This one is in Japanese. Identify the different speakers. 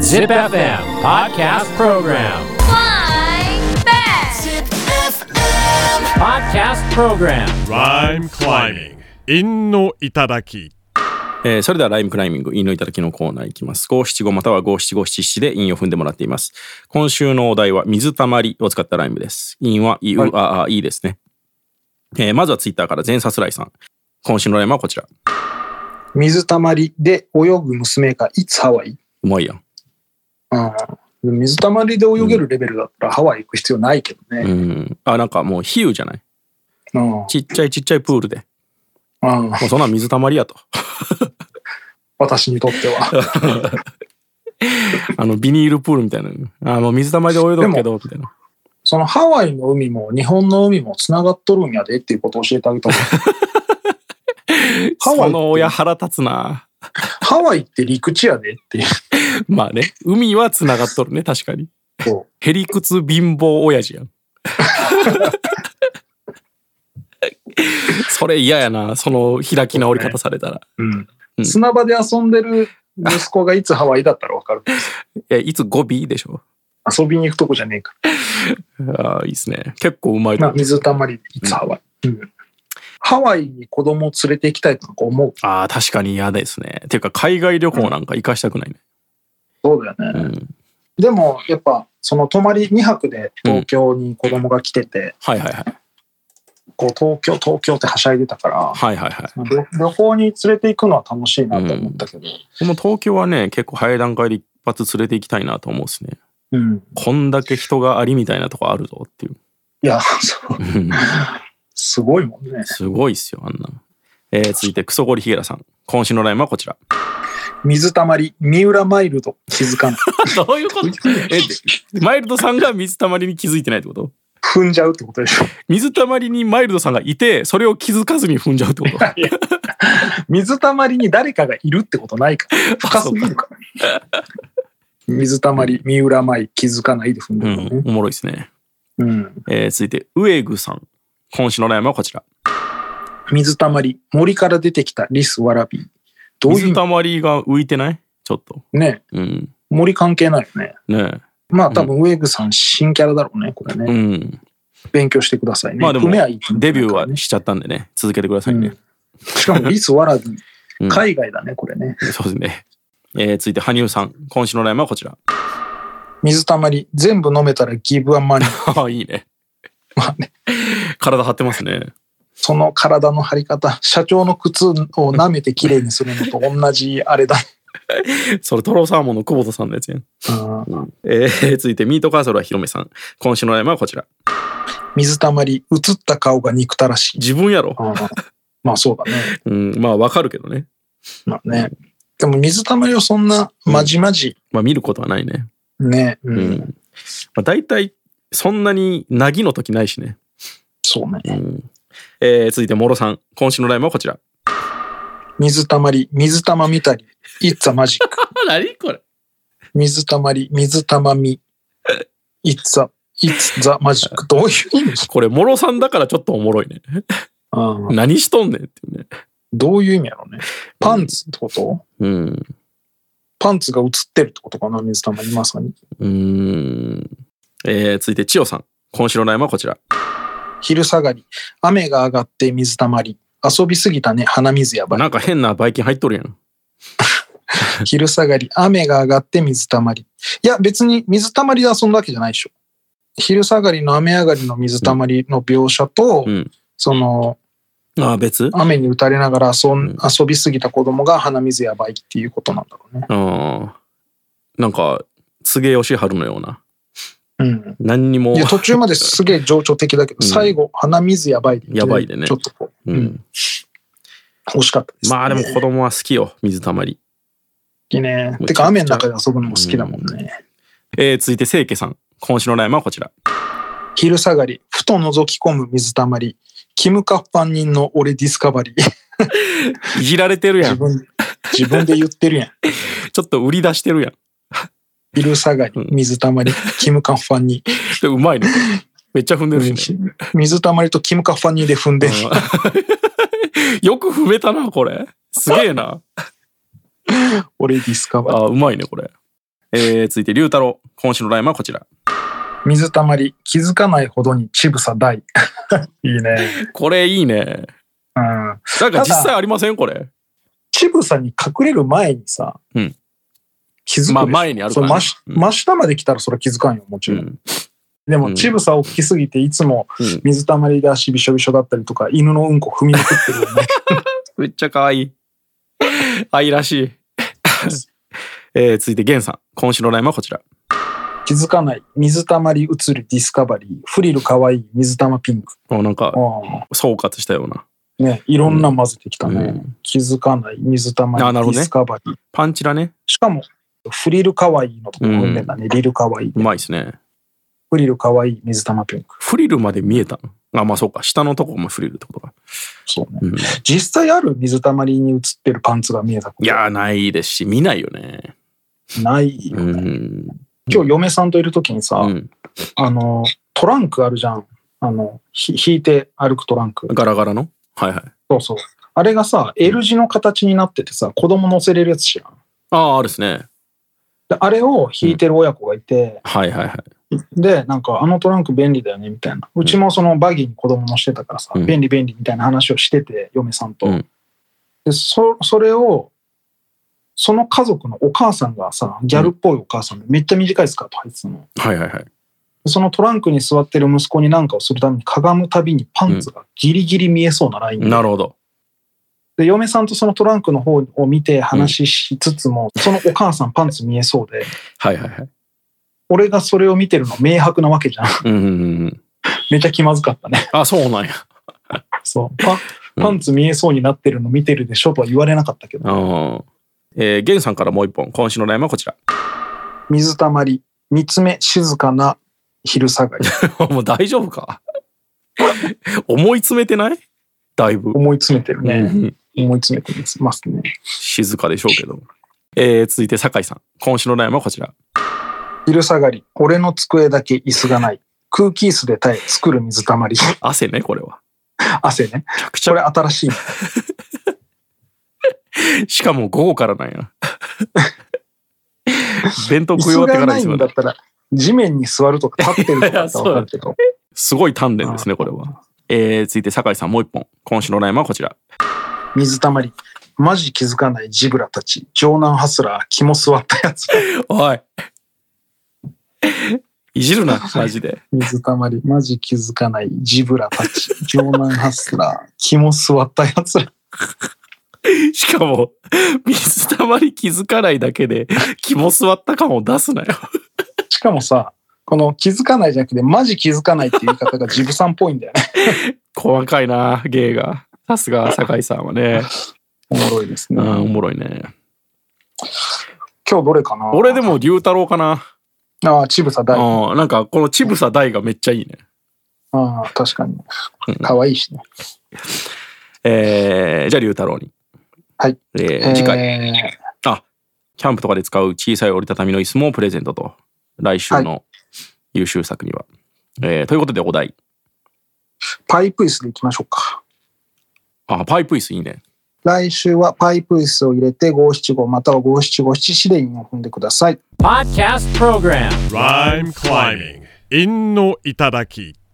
Speaker 1: Zip FM Podcast Program.
Speaker 2: Flying back.
Speaker 1: Podcast Program.
Speaker 3: Rhyme climbing. 陰の頂き。
Speaker 4: えーそれではライムクライミング、韻のいただきのコーナーいきます。五七五または五七五七七で韻を踏んでもらっています。今週のお題は水たまりを使ったライムです。韻は、い、う、あ、あ、いいですね。えーまずはツイッターから全さすらいさん。今週のライムはこちら。
Speaker 5: 水たまりで泳ぐ娘がいつハワイ
Speaker 4: うまいやん。
Speaker 5: ああ水たまりで泳げるレベルだったらハワイ行く必要ないけど
Speaker 4: う
Speaker 5: ね。
Speaker 4: ん。あ、なんかもう比喩じゃない
Speaker 5: うん。
Speaker 4: ちっちゃいちっちゃいプールで。
Speaker 5: うん
Speaker 4: もうそんなん水たまりやと。
Speaker 5: 私にとって は。
Speaker 4: あの、ビニールプールみたいな。あ、もう水たまりで泳いどるけど、みたいな。
Speaker 5: そのハワイの海も日本の海も繋がっとるんやでっていうことを教えてあげた方 がいいハワ
Speaker 4: そ
Speaker 5: イ
Speaker 4: の親腹立つな。
Speaker 5: ハワイって陸地やでっていう。
Speaker 4: まあね、海は繋がっとるね、確かに。
Speaker 5: こ
Speaker 4: へりくつ貧乏親父やん。それ嫌やな、その開き直り方されたら。
Speaker 5: ううん
Speaker 4: うん
Speaker 5: 砂場で遊んでる息子がいつハワイだったらわかる。
Speaker 4: え、いつ語尾でしょ
Speaker 5: 遊びに行くとこじゃねえか
Speaker 4: ああ、いいですね。結構うまい
Speaker 5: ら。ま
Speaker 4: と
Speaker 5: あ、水たまりでいつハワイ。うんハワイに子供を連れて行きたいとか思う。
Speaker 4: ああ、確かに嫌ですね。ていうか、海外旅行なんか行かしたくないね。
Speaker 5: そうだよね。
Speaker 4: うん。
Speaker 5: でもやっぱその泊まり2泊で東京に子供が来てて、
Speaker 4: はいはいはい。
Speaker 5: こう東京東京ってはしゃいでたから、
Speaker 4: はいはいはい。
Speaker 5: 旅旅行に連れて行くのは楽しいなと思ったけど、
Speaker 4: この東京はね、結構早い段階で一発連れて行きたいなと思うですね。
Speaker 5: うん
Speaker 4: こんだけ人がありみたいなとこあるぞっていう。
Speaker 5: いや そう
Speaker 4: うん
Speaker 5: すごいもんね
Speaker 4: すごいっすよ、あんなの。えー続いて、クソゴリヒゲラさん。今週のラインはこちら。
Speaker 5: 水たまり三浦マイルド気づかん
Speaker 4: どういう ことえ、マイルドさんが水たまりに気づいてないってこと
Speaker 5: 踏んじゃうってことでしょ
Speaker 4: 水たまりにマイルドさんがいて、それを気づかずに踏んじゃうって こと
Speaker 5: 水たまりに誰かがいるってことないから深すぎるから水たまり三浦舞気づかないで踏ん
Speaker 4: う
Speaker 5: でるの
Speaker 4: ん
Speaker 5: ね、、
Speaker 4: おもろいですね。
Speaker 5: うん、
Speaker 4: えー続いて、ウエグさん。今週のラインはこちら。
Speaker 5: 水たまり森から出てきたリスわらびどういう意
Speaker 4: 水
Speaker 5: 味
Speaker 4: たまりが浮いてないちょっと。
Speaker 5: ね
Speaker 4: うん。
Speaker 5: 森関係ないよね。
Speaker 4: ね
Speaker 5: まあ多分ウェグさん新キャラだろうね、これ
Speaker 4: え。う
Speaker 5: ね。
Speaker 4: ん。
Speaker 5: 勉強してくださいね。
Speaker 4: まあでも
Speaker 5: 組合いいと思う
Speaker 4: デビュー
Speaker 5: から
Speaker 4: は
Speaker 5: ね。
Speaker 4: しちゃったんでね、続けてくださいね。
Speaker 5: うんしかもリス・ワラビ
Speaker 4: うん、
Speaker 5: 海外だね、これね。
Speaker 4: そうですね。えー続いて、羽生さん。今週のラインはこちら。
Speaker 5: 水たまり、全部飲めたらギブアンマ ニー。
Speaker 4: ああ、いいね。
Speaker 5: まあね、
Speaker 4: 体張ってますね。
Speaker 5: その体の張り方、社長の靴を舐めて綺麗にするのと同じあれだね。
Speaker 4: それ、トロサーモンの久保田さんのやつやん。
Speaker 5: うん
Speaker 4: えー続いて、ミートカーソルはヒロメさん。今週のラインはこちら。
Speaker 5: 水たまり、映った顔が憎たら しい。
Speaker 4: 自分やろ。
Speaker 5: うんまあそうだね。
Speaker 4: うん、まあ、わかるけどね。
Speaker 5: まあね。でも水たまりをそんなまじまじ、
Speaker 4: まあ、見ることはないね。
Speaker 5: ね、
Speaker 4: う。
Speaker 5: うんん、
Speaker 4: まあ、大体、そんなに、なぎの時ないしね。
Speaker 5: そうね。
Speaker 4: うん。えー続いて、モロさん。今週のラインはこちら。
Speaker 5: 水たまり、水たま見たり、いっつぁマジック。
Speaker 4: あ、なにこれ。
Speaker 5: 水たまり、水たまみ、いっつぁ、いつざマジック。どういう意味
Speaker 4: これ、モロさんだからちょっとおもろいね。何しとんねんっていうね。
Speaker 5: どういう意味やろうね。パンツってこと
Speaker 4: うん。
Speaker 5: パンツが映ってるってことかな、水たまり、まさに。
Speaker 4: うーん。えー続いて、千代さん。今週のラインはこちら。
Speaker 5: 昼下がり、雨が上がって水たまり。遊びすぎたね、鼻水やばい。
Speaker 4: なんか変なバイキン入っとるやん。
Speaker 5: 昼下がり、雨が上がって水たまり。いや、別に水たまりで遊んだわけじゃないでしょ。昼下がりの雨上がりの水たまりの描写と、
Speaker 4: うん
Speaker 5: その、
Speaker 4: ああ、別
Speaker 5: 雨に打たれながら遊,、
Speaker 4: うん
Speaker 5: ん、遊びすぎた子供が鼻水やばいっていうことなんだろうね。
Speaker 4: ああ。なんか、すげえ義春のような。
Speaker 5: うん、
Speaker 4: 何にも
Speaker 5: いや、途中まですげえ情緒的だけど、
Speaker 4: うん
Speaker 5: 最後、鼻水やばいで、
Speaker 4: やばいでね
Speaker 5: ちょっとこう、
Speaker 4: う
Speaker 5: うんん、惜しかったです、ね。
Speaker 4: まあでも子
Speaker 5: 好
Speaker 4: 供は好きよ、水たまり。
Speaker 5: きね
Speaker 4: ちゃくち。ゃ
Speaker 5: てか、雨の中で遊ぶのも好きだもんね。
Speaker 4: えー続いて、清家さん。今週のラインはこちら。
Speaker 5: 昼下がり、ふと覗き込む水たまり、キムカッパン人の俺ディスカバリー。
Speaker 4: いじられてるや
Speaker 5: 自
Speaker 4: ん。ち
Speaker 5: 分、自分で言ってるやん。
Speaker 4: ょっと売り出してるやん。
Speaker 5: 昼下がり、水たまり、キムカッパン 人。
Speaker 4: でうまいね。めっちゃ踏んでるし、ね。
Speaker 5: 水たまりとキムカッパン 人で 踏んでる。
Speaker 4: うんよく踏めたな、これ。すげえな。
Speaker 5: 俺ディスカバー。
Speaker 4: あーうまいね、これ。えー続いて、龍太郎。今週のライムはこちら。
Speaker 5: 水たまり、気づかないほどにちぶさ大。い いね。
Speaker 4: これいいね。
Speaker 5: うん。
Speaker 4: なんか
Speaker 5: ただ
Speaker 4: 実際ありませんこれ。
Speaker 5: ちぶさに隠れる前にさ、
Speaker 4: うん
Speaker 5: 気づくでしょ。
Speaker 4: まあ前にあるからね
Speaker 5: そう真
Speaker 4: うん
Speaker 5: 真下まで来たらそれは気づかんよ、もち
Speaker 4: う
Speaker 5: ろん。
Speaker 4: ん。
Speaker 5: で
Speaker 4: う
Speaker 5: も、
Speaker 4: ん
Speaker 5: ちぶさ大きすぎて、いつも
Speaker 4: うん
Speaker 5: 水たまりで足びしょびしょだったりとか、犬のうんこ踏みまくってるよね。
Speaker 4: めっちゃ可愛い。愛らしい。 えー続いて、ゲンさん。今週のライムはこちら。
Speaker 5: 気づかない、水たまり映るディスカバリー、フリルかわいい、水玉ピンク。
Speaker 4: もうなんか、
Speaker 5: あ
Speaker 4: 総括したような。
Speaker 5: あね、いろんな混ぜてきたね。
Speaker 4: うん
Speaker 5: 気づかない、水たま
Speaker 4: あ
Speaker 5: り、
Speaker 4: なるほ
Speaker 5: ディ
Speaker 4: どね
Speaker 5: スカバリー。
Speaker 4: パンチラね。
Speaker 5: しかも、フリルかわいいのとこもんでんだね、リルかわいい。
Speaker 4: うまいですね。
Speaker 5: フリルかわいい、水玉ピンク。
Speaker 4: フリルまで見えたのあ、まあそうか。下のとこもフリルってことか。
Speaker 5: そうね。
Speaker 4: うん、い
Speaker 5: 実際ある水たまりに映ってるパンツが見えたこと
Speaker 4: やー、ないですし、見ないよね。
Speaker 5: ないよ
Speaker 4: う
Speaker 5: ね、
Speaker 4: ん。
Speaker 5: 今日嫁さんといる時にさ、
Speaker 4: うん、
Speaker 5: あの、トランクあるじゃん。あの、ひ引いて歩くトランク。
Speaker 4: ガラガラのはいはい。
Speaker 5: そうそう。あれがさ、L 字の形になっててさ、子供乗せれるやつじゃん。
Speaker 4: ああ、あるですね。
Speaker 5: であれを引いてる親子がいて、
Speaker 4: はいはいはい。
Speaker 5: で、なんか、あのトランク便利だよね、みたいな。うちもそのバギーに子供乗してたからさ、
Speaker 4: うん
Speaker 5: 便利便利みたいな話をしてて、嫁さんと。
Speaker 4: うん
Speaker 5: でそ、それを、その家族のお母さんがさ、ギャルっぽいお母さんで、めっちゃ短いスカート履いてたの。
Speaker 4: はいはいはい。
Speaker 5: そのトランクに座ってる息子に何かをするためにかがむたびにパンツがギリギリ見えそうなラインで,、
Speaker 4: なるほど。
Speaker 5: で嫁さんとそのトランクの方を見て話しつつ も、そのお母さんパンツ見えそうで
Speaker 4: はいはいはい。
Speaker 5: 俺がそれを見てるの明白なわけじゃん
Speaker 4: うんうんうん。
Speaker 5: めちゃ気まずかったね
Speaker 4: あ、そうなんや。
Speaker 5: そうパ
Speaker 4: うん
Speaker 5: パンツ見えそうになってるの見てるでしょとは言われなかったけど、
Speaker 4: うん。えー、ゲンさんからもう一本。今週のライムはこちら。
Speaker 5: 水たまり見つめ静かな昼下がり
Speaker 4: もう大丈夫か 思い詰めてないだいぶ。
Speaker 5: 思い詰めてるね、
Speaker 4: うん
Speaker 5: 思い詰めてますね
Speaker 4: 静かでしょうけど。えー、続いて、酒井さん。今週のライムはこちら。
Speaker 5: 昼下がり俺の机だけ椅子がない空気椅子で耐え作る水たまり
Speaker 4: 汗ね、これは。
Speaker 5: 汗ね
Speaker 4: めちゃくち
Speaker 5: これ
Speaker 4: ゃ。
Speaker 5: 新しいね。
Speaker 4: しかも午後からなんや。弁当
Speaker 5: 椅
Speaker 4: 食い終わ
Speaker 5: 子
Speaker 4: ってから
Speaker 5: がな
Speaker 4: で
Speaker 5: い
Speaker 4: すよ
Speaker 5: んだ
Speaker 4: ね
Speaker 5: っ。たら、地面に座るとか立ってるとかだったらわかるけど。
Speaker 4: すごい鍛錬ですね、これは。えー、続いて、酒井さんもう一本。今週のライムはこちら。
Speaker 5: 水たまり。マジ気づかないジブラたち。城南ハスラー、肝座ったやつ。
Speaker 4: おい。いじるな、マジで。
Speaker 5: 水たまり。マジ気づかないジブラたち。城南ハスラー、肝座ったやつら。
Speaker 4: しかも、水たまり気づかないだけで、肝座った感を出すなよ。
Speaker 5: しかもさ、この気づかないじゃなくて、マジ気づかないっていう言い方がジブさんっぽいんだよね。
Speaker 4: 細かいな、芸が。さすが、酒井さんはね。
Speaker 5: おもろいです
Speaker 4: う
Speaker 5: ね。
Speaker 4: ん、お
Speaker 5: 今
Speaker 4: もろいね。
Speaker 5: 日どれかな
Speaker 4: 俺で。も、龍太郎かな。
Speaker 5: ああ、ちぶさ大。あ
Speaker 4: うん、なんか、このちぶさ大がめっちゃいいね。
Speaker 5: あ、確かに
Speaker 4: うん。
Speaker 5: 可愛いしね。
Speaker 4: えー、じゃあ、龍太郎に。
Speaker 5: はい。
Speaker 4: えー次回、
Speaker 5: え
Speaker 4: あ、キャンプとかで使う小さい折りたたみの椅子もプレゼントと。来週の優秀作には。えーということで、お題。
Speaker 5: ーパイプ椅子でいきましょうか。
Speaker 4: あ、パイプ椅子いいね。
Speaker 5: 来週はパイプ椅子を入れて五七五または五七五七四で韻を踏んでください。
Speaker 1: Podcast Program
Speaker 3: Rhyme climbing. 陰の頂き。